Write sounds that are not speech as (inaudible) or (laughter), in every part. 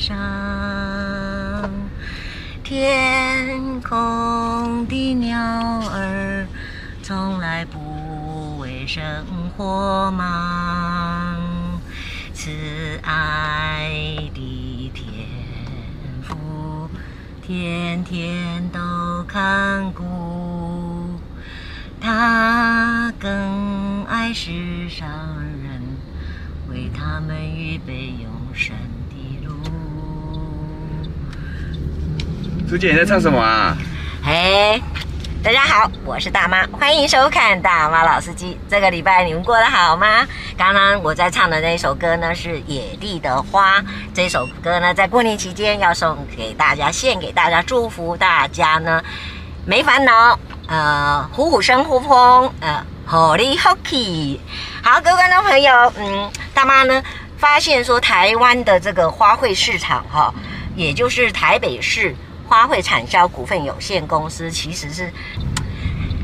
上，天空的鸟儿从来不为生活忙，慈爱的天父天天都看顾，他更爱世上人，为他们预备永生的路。朱姐你在唱什么啊？嘿，大家好，我是大妈，欢迎收看《大妈老司机》。这个礼拜你们过得好吗？刚刚我在唱的那首歌呢是《野地的花》，这首歌呢在过年期间要送给大家，献给大家，祝福大家呢没烦恼，呃，虎虎生呼风，呃，好利好气。好，各位观众朋友，嗯，大妈呢发现说台湾的这个花卉市场哈、也就是台北市花卉产销股份有限公司，其实是。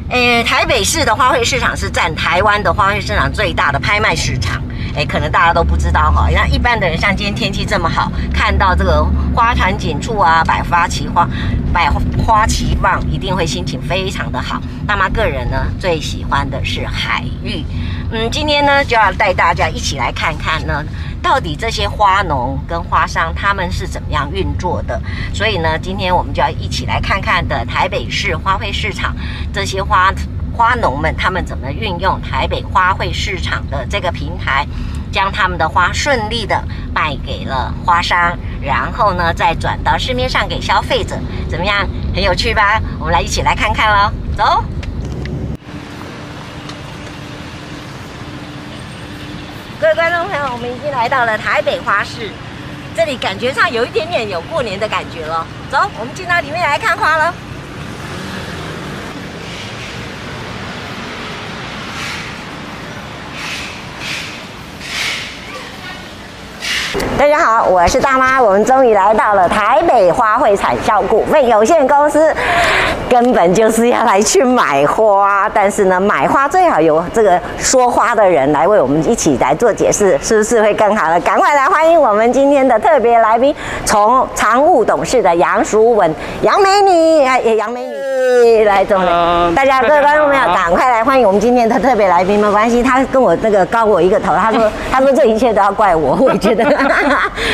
诶，呃台北市的花卉市场是占台湾的花卉市场最大的拍卖市场。诶，可能大家都不知道哈、那一般的人像今天天气这么好，看到这个花团锦簇啊，百花齐放，百花齐放，一定会心情非常的好。大妈个人呢，最喜欢的是海芋。嗯，今天呢，就要带大家一起来看看呢，到底这些花农跟花商他们是怎么样运作的。所以呢，今天我们就要一起来看看的台北市花卉市场这些花花农们他们怎么运用台北花卉市场的这个平台，将他们的花顺利的卖给了花商，然后呢再转到市面上给消费者，怎么样？很有趣吧？我们来一起来看看喽，走。各位观众朋友，我们已经来到了台北花市，这里感觉上有一点点有过年的感觉了。走，我们进到里面来看花了。大家好，我是大妈，我们终于来到了台北花卉产销股份有限公司，根本就是要来去买花，但是呢，买花最好有这个说花的人来为我们一起来做解释，是不是会更好呢？赶快来欢迎我们今天的特别来宾，从常务董事的杨淑文，杨美女，哎，杨美女，来，怎么了 Hello，大家各位大观家众朋友，好赶快来欢迎我们今天的特别来宾，没关系，他跟我那个高我一个头，他 (laughs) 说他说这一切都要怪我，我也觉得。 (laughs)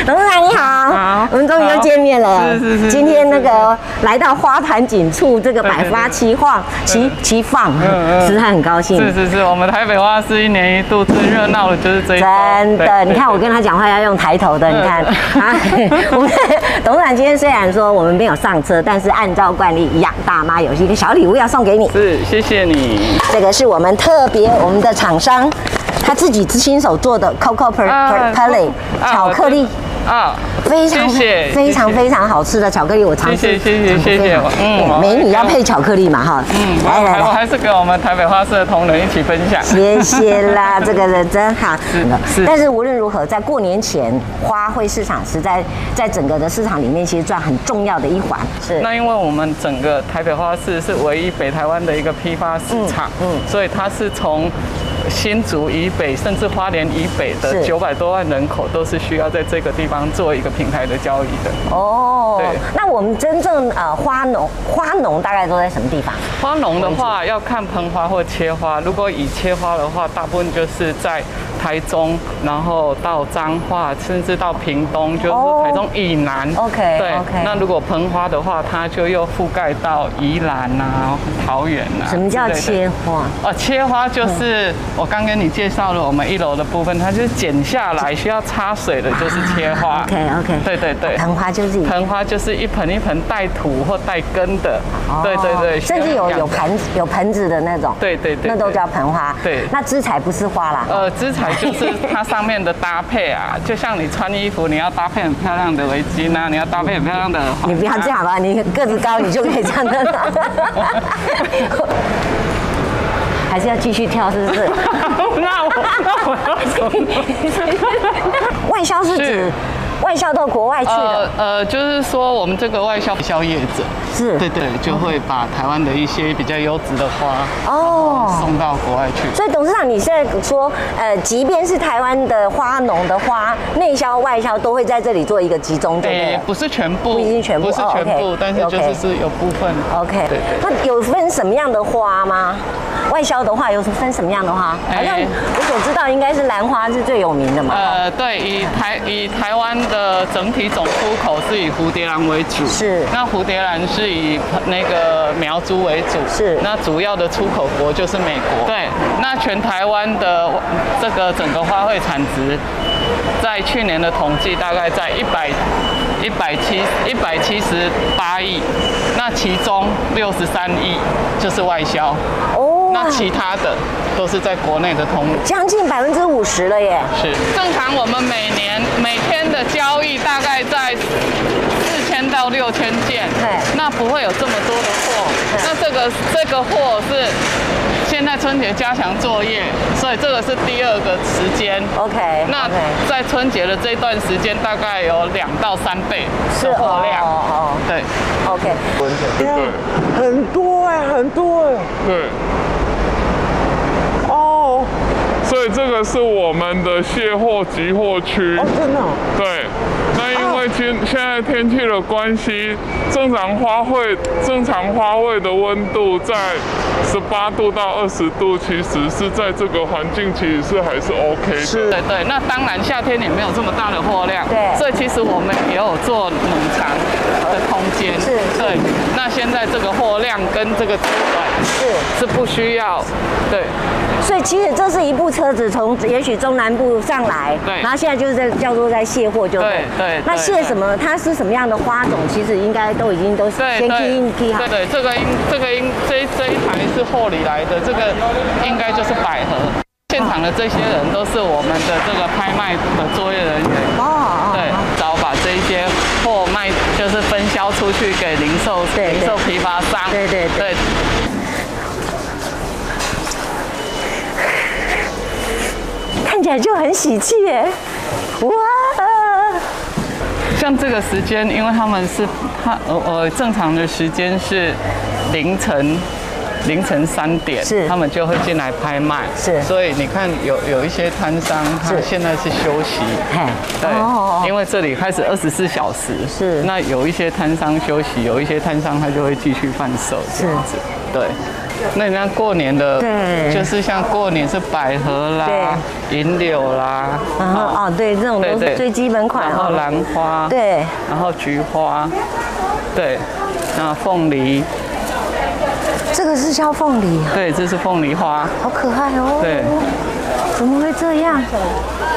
董事长你好，好我们终于又见面了。是是是今天那个来到花坛锦簇，这个百花齐放，齐齐放，嗯嗯实在很高兴。是是是，我们台北花市一年一度最热闹的就是这一周真的，对嗯你看我跟他讲话要用抬头的，你看 (laughs) 啊，我们董事长今天虽然说我们没有上车，但是按照惯例，养大妈有一个小礼物要送给你。是谢谢你这个是我们特别我们的厂商，他自己亲手做的 Coco Per Per Pele 啊巧克力，啊，非常谢谢非常谢谢非常好吃的巧克力，我尝试。谢谢谢谢谢谢尝过非嗯常好美女要配巧克力嘛哈，嗯，来来我来。还是跟我们台北花市的同仁一起分享。谢谢啦，这个人真好。 (laughs) 嗯是是但是无论如何，在过年前，花卉市场实在在整个的市场里面，其实占很重要的一环。是那因为我们整个台北花市是唯一北台湾的一个批发市场，嗯嗯，所以它是从新竹以北，甚至花莲以北的是九百多万人口，都是需要在这个地方做一个平台的交易的。哦对，那我们真正呃花农花农大概都在什么地方？花农的话要看盆花或切花，如果以切花的话，大部分就是在台中，然后到彰化，甚至到屏东，就是台中以南。哦 OK，对 OK 那如果盆花的话，它就又覆盖到宜兰啊、桃园啊。什么叫切？嗯花？哦，切花就是我刚跟你介绍了我们一楼的部分，它就是剪下来需要插水的，就是切 (laughs) 花。 OK OK，对对对。藤花就是一盆花就是一盆一盆带土或带根的，对对对，哦甚至有有盆有盆子的那种，对对对对那都叫盆花。对那枝彩不是花啦。呃，织彩就是它上面的搭配啊， (laughs) 就像你穿衣服，你要搭配很漂亮的围巾啊，你要搭配很漂亮的耳环啊你不要 (laughs) 这。样吧，你个子高，你就可以这样的。还是要继续跳，是不 (laughs) 是？ (laughs) 那我那我要怎么？外销是指是外销到国外去的，呃呃，就是说我们这个外销销业者，是对对，就会把台湾的一些比较优质的花哦。送到国外去。所以董事长，你现在说，呃，即便是台湾的花农的花，内销外销都会在这里做一个集中，对不诶对，不是全部，不一定全部不是哦全部，OK，，但是就 OK 是是有部分。 ？OK，对对。那有分什么样的花吗？外销的话有分什么样的花？好像哎我所知道应该是兰花是最有名的嘛。呃，对，以台以台湾的整体总出口是以蝴蝶兰为主，是那蝴蝶兰是以那个苗株为主，是那主要的出口国就是美国，对。那全台湾的这个整个花卉产值，在去年的统计大概在一百一百七一百七十八亿，那其中六十三亿就是外销，哦那其他的都是在国内的通路。将近百分之五十了耶。是正常，我们每年每天的交易大概在四千到六千件，对那不会有这么多的货。对那这个这个货是现在春节加强作业，所以这个是第二个时间。 OK，那哦 OK 在春节的这段时间，大概有两到三倍是的货量。哦对，哦，OK，很多哎、很多哎、对，哦，所以这个是我们的卸货集货区哦，。真的哦、对，那因为今现在天气的关系，正常花卉正常花卉的温度在十八度到二十度，其实是在这个环境其实是还是 OK 的。是对对，那当然夏天也没有这么大的货量，对所以其实我们也有做冷藏的空间，是是对。那现在这个货量跟这个资本是，是不需要，对所以其实这是一部车子从也许中南部上来，对然后现在就是在叫做在卸货，就对对那对卸什么？它是什么样的花种？其实应该都已经都是对先 key 对 in key 好对。对，这个应这个应这一这一台是货里来的，这个应该就是百合。现场的这些人都是我们的这个拍卖的作业人员，哦哦，对，然后把这一些货卖，就是分销出去给零售对零售批发商，对对对对看起来就很喜气耶，哇！像这个时间，因为他们是他呃呃正常的时间是凌晨。凌晨三点，是他们就会进来拍卖，是所以你看有有一些摊商，他是现在是休息，嘿，对，哦，因为这里开始二十四小时，是那有一些摊商休息，有一些摊商他就会继续贩售，这样子，对。那人家过年的，对就是像过年是百合啦、银柳啦，然后哦，对，这种对都是对最基本款然后兰哦。花，对，然后菊花，对，那凤梨，这个是叫凤梨，对，这是凤梨花，好可爱哦。对，怎么会这样？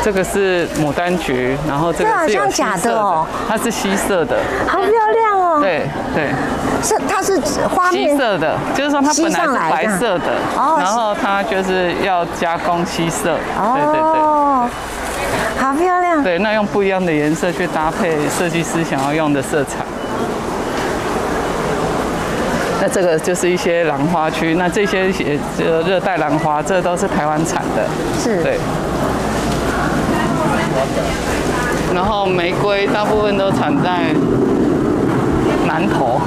这个是牡丹菊，然后这这好个是有像吸假的色哦啊它是吸色的，好漂亮哦。对对，是它是花吸面色的，就是说它本来吸上是来白这样色的，哦然后它就是要加工吸色，对对对。哦，好漂亮。对，那用不一样的颜色去搭配设计师想要用的色彩。那这个就是一些兰花区，那这些也呃热带兰花，这都是台湾产的，是对。然后玫瑰大部分都产在南投，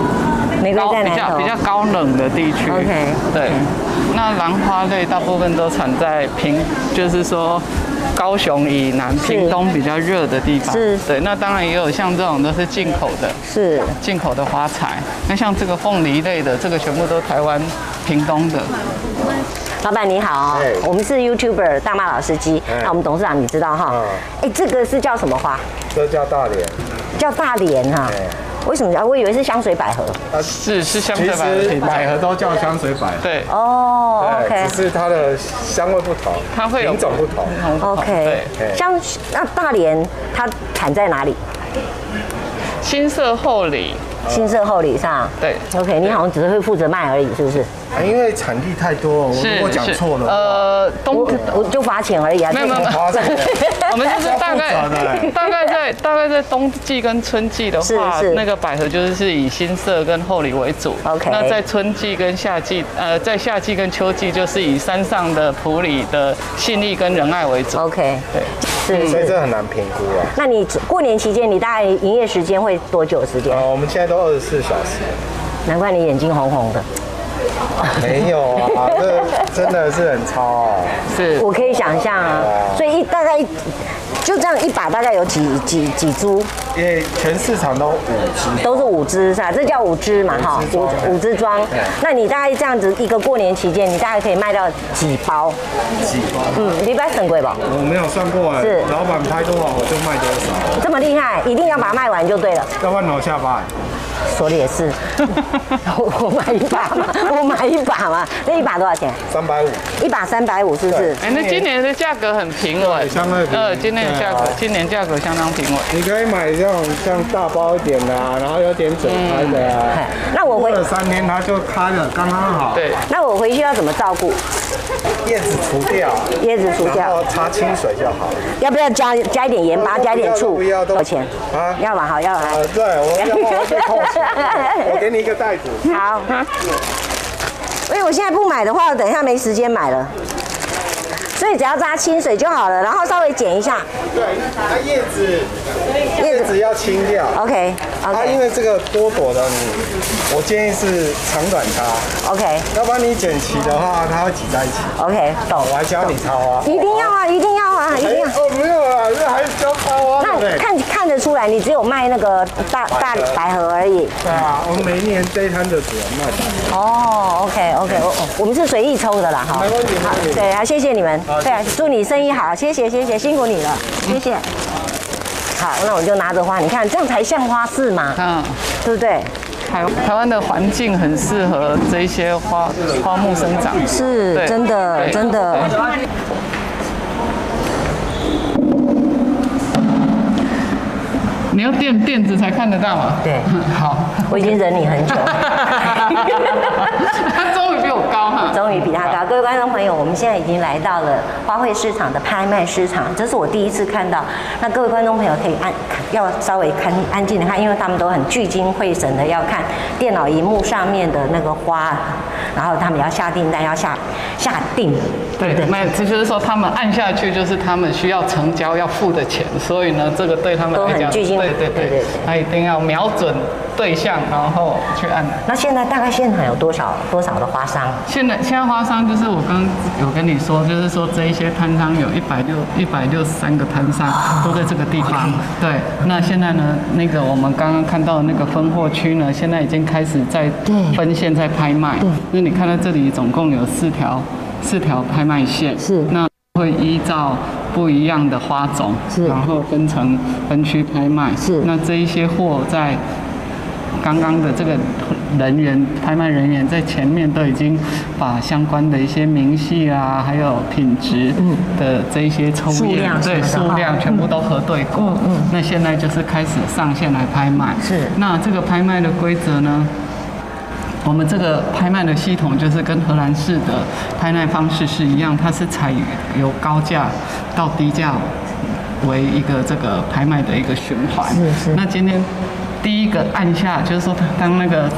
玫瑰高在比南较头比较高冷的地区。 OK 对，那兰花类大部分都产在平，就是说高雄以南、是屏东比较热的地方。是对，那当然也有像这种都是进口的，是进口的花材。那像这个凤梨类的，这个全部都台湾屏东的。老板你好哦哎，我们是 YouTuber 大妈老司机，哎那我们董事长你知道哈嗯？哎，这个是叫什么花？这叫大脸。叫大莲哈哎。为什么啊叫？我以为是香水百合。是是相其对百合实品百牌。合都叫香水百合，对，哦哎，OK 只是它的香味不同，它会有品种不同。 OK 哦对。。哎像那大莲它产在哪里？新色厚礼，新社后里上。对呃，OK，你好像只是会负责卖而已，是不是？啊因为产地太多了，我是如果讲是错了，呃，冬我就罚钱而已啊，没有没有这个没有花钱我 (laughs) 们就是要大负责的概欸 (laughs) 大概在大概在冬季跟春季的话是是，那个百合就是是以新色跟厚礼为主。 OK 那在春季跟夏季，呃，在夏季跟秋季就是以山上的普里的信义跟仁爱为主。 OK，对，是所以是。这很难评估啊。那你过年期间，你大概营业时间会多久时间？啊，我们现在都二十四小时，难怪你眼睛红红的，没有啊， (laughs) 这真的是很超啊。是我可以想象啊。所以一大概一就这样一把，大概有几几几株，因为全市场都五只，都是五支是吧？这叫五支嘛哈五，支五装五支装对。那你大概这样子一个过年期间，你大概可以卖到几包？几包？嗯，礼拜省贵吧？我没有算过哎是，老板拍多少我就卖多少，这么厉害，一定要把它卖完就对了。要不然楼下卖。说的也 (laughs) 是，我我买一把嘛，我买一把嘛，那一把多少钱？三百五，一把三百五是不是？哎、那今年的价格很平稳，相对平呃，今年的价格对啊，今年价格相当平稳。你可以买这种像大包一点的、啊，然后有点嘴开的嗯嘿啊。那我过回了三天它就开了，刚刚好。，对，那我回去要怎么照顾？叶子除掉，椰子除然掉后，擦清水就好了。要不要加加一点盐巴，不要加一点醋？不要都多少钱？啊要吧，好，要吧啊。，对，我要不然我被扣钱。 (laughs) 我给你一个袋子。好。因为我现在不买的话，我等一下没时间买了，所以只要加清水就好了，然后稍微剪一下。对，它叶子叶叶子子要清掉。 OK 它因哦 OK 为这个多朵的，你我建议是长短插， OK 要不然你剪齐的话，它会挤在一起。 OK，懂我。还教你插花。一定要啊，一定要啊，一哎定要。哦，没有啦，这还是教插花的那嘞。看看得出来，你只有卖那个大大百合百合而已。对啊，我们每一年这一摊的主人卖的。哦，OK OK，我我我们是随意抽的啦，哈。没问题没问题对啊，谢谢你们。好对啊，祝你生意好，谢谢谢谢，辛苦你了，谢谢。好，那我就拿着花，你看这样才像花市嘛，嗯，对不对？台台湾的环境很适合这一些花花木生长。是对真的对真的。你要垫垫子才看得到嘛。对， (laughs) 好，我已经忍你很久 (laughs) 了。他终于比我高哈。终于比他高。各位观众朋友，我们现在已经来到了花卉市场的拍卖市场，这是我第一次看到。那各位观众朋友可以安要稍微看安静的看，因为他们都很聚精会神的要看电脑荧幕上面的那个花，然后他们要下订单，要下下定。对，那这就是说他们按下去就是他们需要成交要付的钱，所以呢，这个对他们都很来讲，聚对精对会对对对对，他一定要瞄准对象，然后去按。那现在大概现场有多少多少的花商？现在现在花商就是我刚有跟你说，就是说这一些摊商有一百六一百六十三个摊商都在这个地方。对，那现在呢，那个我们刚刚看到的那个分货区呢，现在已经开始在分线在拍卖。那你看到这里总共有四条四条拍卖线。是那会依照不一样的花种，是然后分成分区拍卖。是那这一些货在刚刚的这个人员拍卖人员在前面都已经把相关的一些明细啊，还有品质的这一些抽嗯数验量，什么对的数哈量全部都核对过。嗯嗯。那现在就是开始上线来拍卖。是那这个拍卖的规则呢？我们这个拍卖的系统就是跟荷兰式的拍卖方式是一样，它是采由高价到低价为一个这个拍卖的一个循环。是是那今天第一个按下，就是说当那个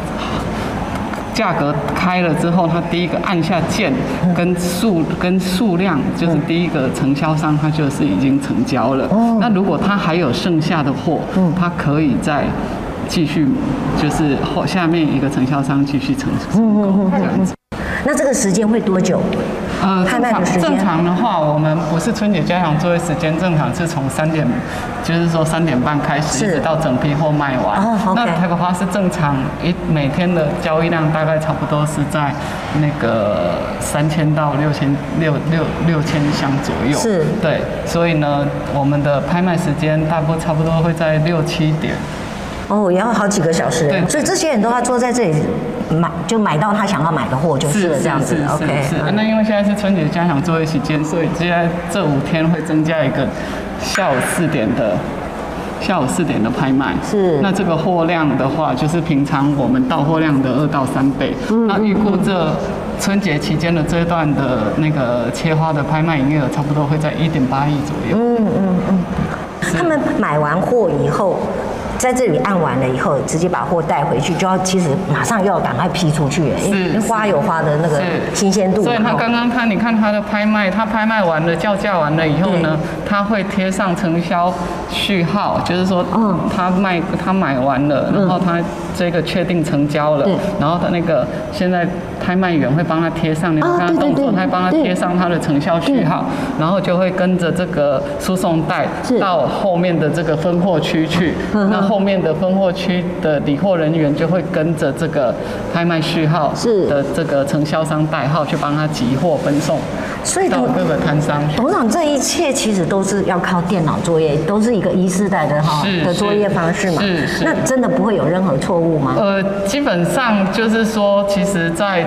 价格开了之后，它第一个按下键跟数跟数量，就是第一个承销商他就是已经成交了。哦那如果他还有剩下的货，嗯他可以再继续，就是后下面一个承销商继续承购这样子。那这个时间会多久？呃，拍正卖的常时间正常的话，我们不是春节加强作业时间，正常是从三点，就是说三点半开始，是一直到整批货卖完。哦，OK 那台北花是正常一每天的交易量大概差不多是在那个三千到六千六六六千箱左右。是对，所以呢，我们的拍卖时间大部差不多会在六七点。哦，也要好几个小时。对所以这些人都要坐在这里买，就买到他想要买的货就是了，这样子是。是 OK 是。嗯那因为现在是春节加强作业期间，所以现在这五天会增加一个下午四点的。下午四点的拍卖是那这个嗯货量的话，就是平常我们到货量的二到三倍。那预估这春节期间的这段的那个切花的拍卖营业额，差不多会在一点八亿左右。他们买完货以后，在这里按完了以后，直接把货带回去，就要其实马上又要赶快批出去，因为是因为花有花的那个是新鲜度嘛。所以他哦刚刚看，你看他的拍卖，他拍卖完了叫价完了以后嗯呢，他会贴上承销序号，就是说嗯，他卖他买完了，然后他这个确定成交了对，然后他那个现在拍卖员会帮他贴上，你啊看他对对动作，对他会帮他对贴上他的承销序号，然后就会跟着这个输送带是嗯到后面的这个分货区去，那后面的分货区的理货人员就会跟着这个拍卖序号是的这个承销商代号去帮他集货分送所以到董各个摊商。董事长这一切其实都是要靠电脑作业，都是一个一世代的哈是的作业方式嘛。是是那真的不会有任何错误吗？呃，基本上就是说，其实，在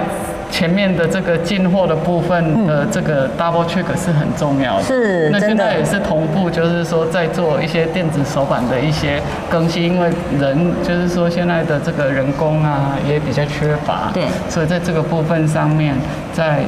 前面的这个进货的部分的这个 double check 是很重要的。嗯是那真现的在也是同步，就是说在做一些电子手板的一些更新，因为人就是说现在的这个人工啊也比较缺乏。对所以在这个部分上面，在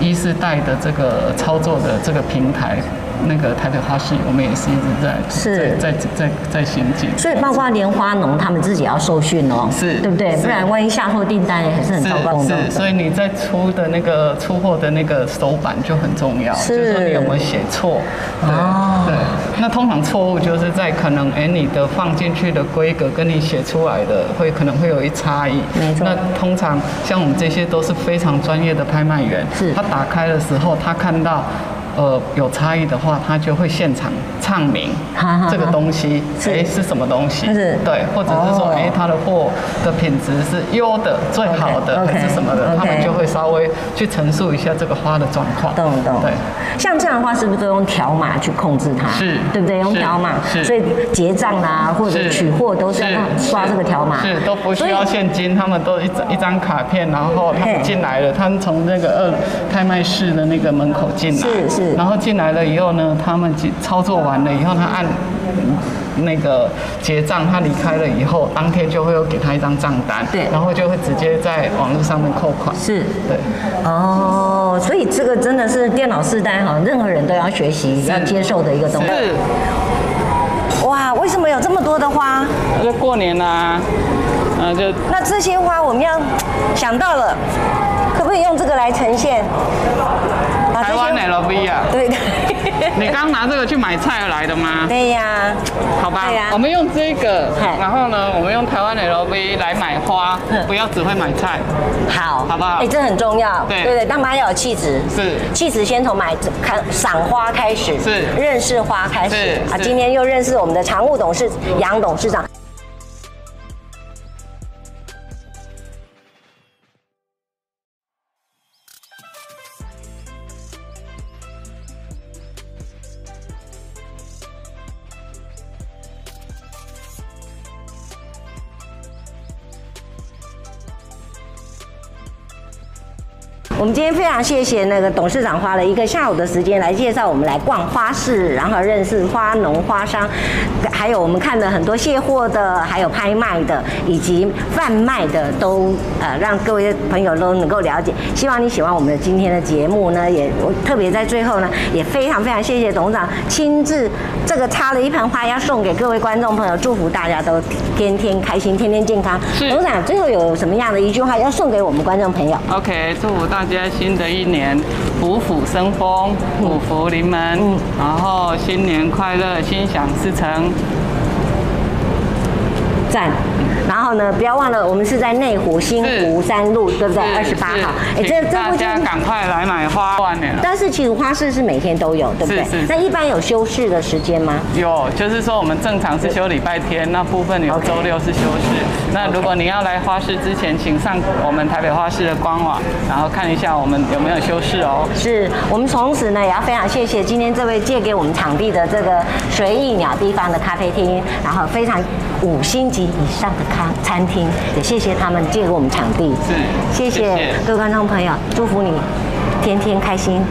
一世代的这个操作的这个平台，那个台北花市，我们也是一直在是在在在在行进。所以包括莲花农他们自己要受训哦，是对不对？是不然万一下错订单也是很是糟糕的。是，所以你在出的那个出货的那个手板就很重要，是就是说你有没有写错。对、哦对，那通常错误就是在可能哎、你的放进去的规格跟你写出来的会可能会有一差异。没错那通常像我们这些都是非常专业的拍卖员，是他打开的时候他看到。呃，有差异的话，他就会现场唱名哈哈哈这个东西，是哎是什么东西？是对，或者是说，哦哎，它的货的品质是优的、最好的 OK，OK，还是什么的， OK 他们就会稍微去陈述一下这个花的状况。懂懂。对，像这样的话，是不是都用条码去控制它？是对不对？用是条码，是所以结账啊，或者是取货都是要是刷这个条码。是都不所需以要现金，他们都一张一张卡片，然后他嘿们进来了，他们从那个二拍卖室的那个门口进来，是是然后进来了以后呢，他们进操作完了以后，他按。那个结账，他离开了以后，当天就会有给他一张账单，对然后就会直接在网络上面扣款，是对。哦，所以这个真的是电脑世代哈，任何人都要学习、要接受的一个东西。是，哇，为什么有这么多的花？那就过年啦、啊，呃，就那这些花我们要想到了，可不可以用这个来呈现？把这台些湾 LV 啊。对对你刚拿这个去买菜来的吗？对呀，好吧对啊，我们用这个嗨，然后呢，我们用台湾 LV 来买花嗯，不要只会买菜。好，好不好哎，这很重要，对对对，当妈要有气质，是气质先从买看赏花开始，是认识花开始是啊。是今天又认识我们的常务董事杨董事长。我们今天非常谢谢那个董事长花了一个下午的时间来介绍我们来逛花市，然后认识花农、花商，还有我们看了很多卸货的，还有拍卖的，以及贩卖的，都呃让各位朋友都能够了解。希望你喜欢我们的今天的节目呢，也我特别在最后呢，也非常非常谢谢董事长亲自这个插了一盆花，要送给各位观众朋友，祝福大家都天天开心，天天健康。是董事长最后有什么样的一句话要送给我们观众朋友？ OK，祝福大家新的一年虎虎生风，嗯虎福临门，然后新年快乐，心想事成。站，然后呢，不要忘了，我们是在内湖新湖三路，对不对？二十八是号。哎，请这这大附近家。赶快来买花，过年了。但是其实花市是每天都有，对不对是是？那一般有休市的时间吗？有，就是说我们正常是休礼拜天，那部分有 OK 周六是休市。那如果你要来花市之前，请上我们台北花市的官网，然后看一下我们有没有休市哦。是我们从此呢，也要非常谢谢今天这位借给我们场地的这个随意鸟地方的咖啡厅，然后非常五星级以上的咖餐厅，也谢谢他们借给我们场地。是谢谢谢谢各位观众朋友，祝福你天天开心。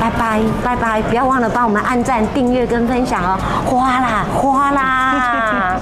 拜拜拜拜！不要忘了帮 (laughs) 我们按赞、订阅跟分享哦！花啦花啦！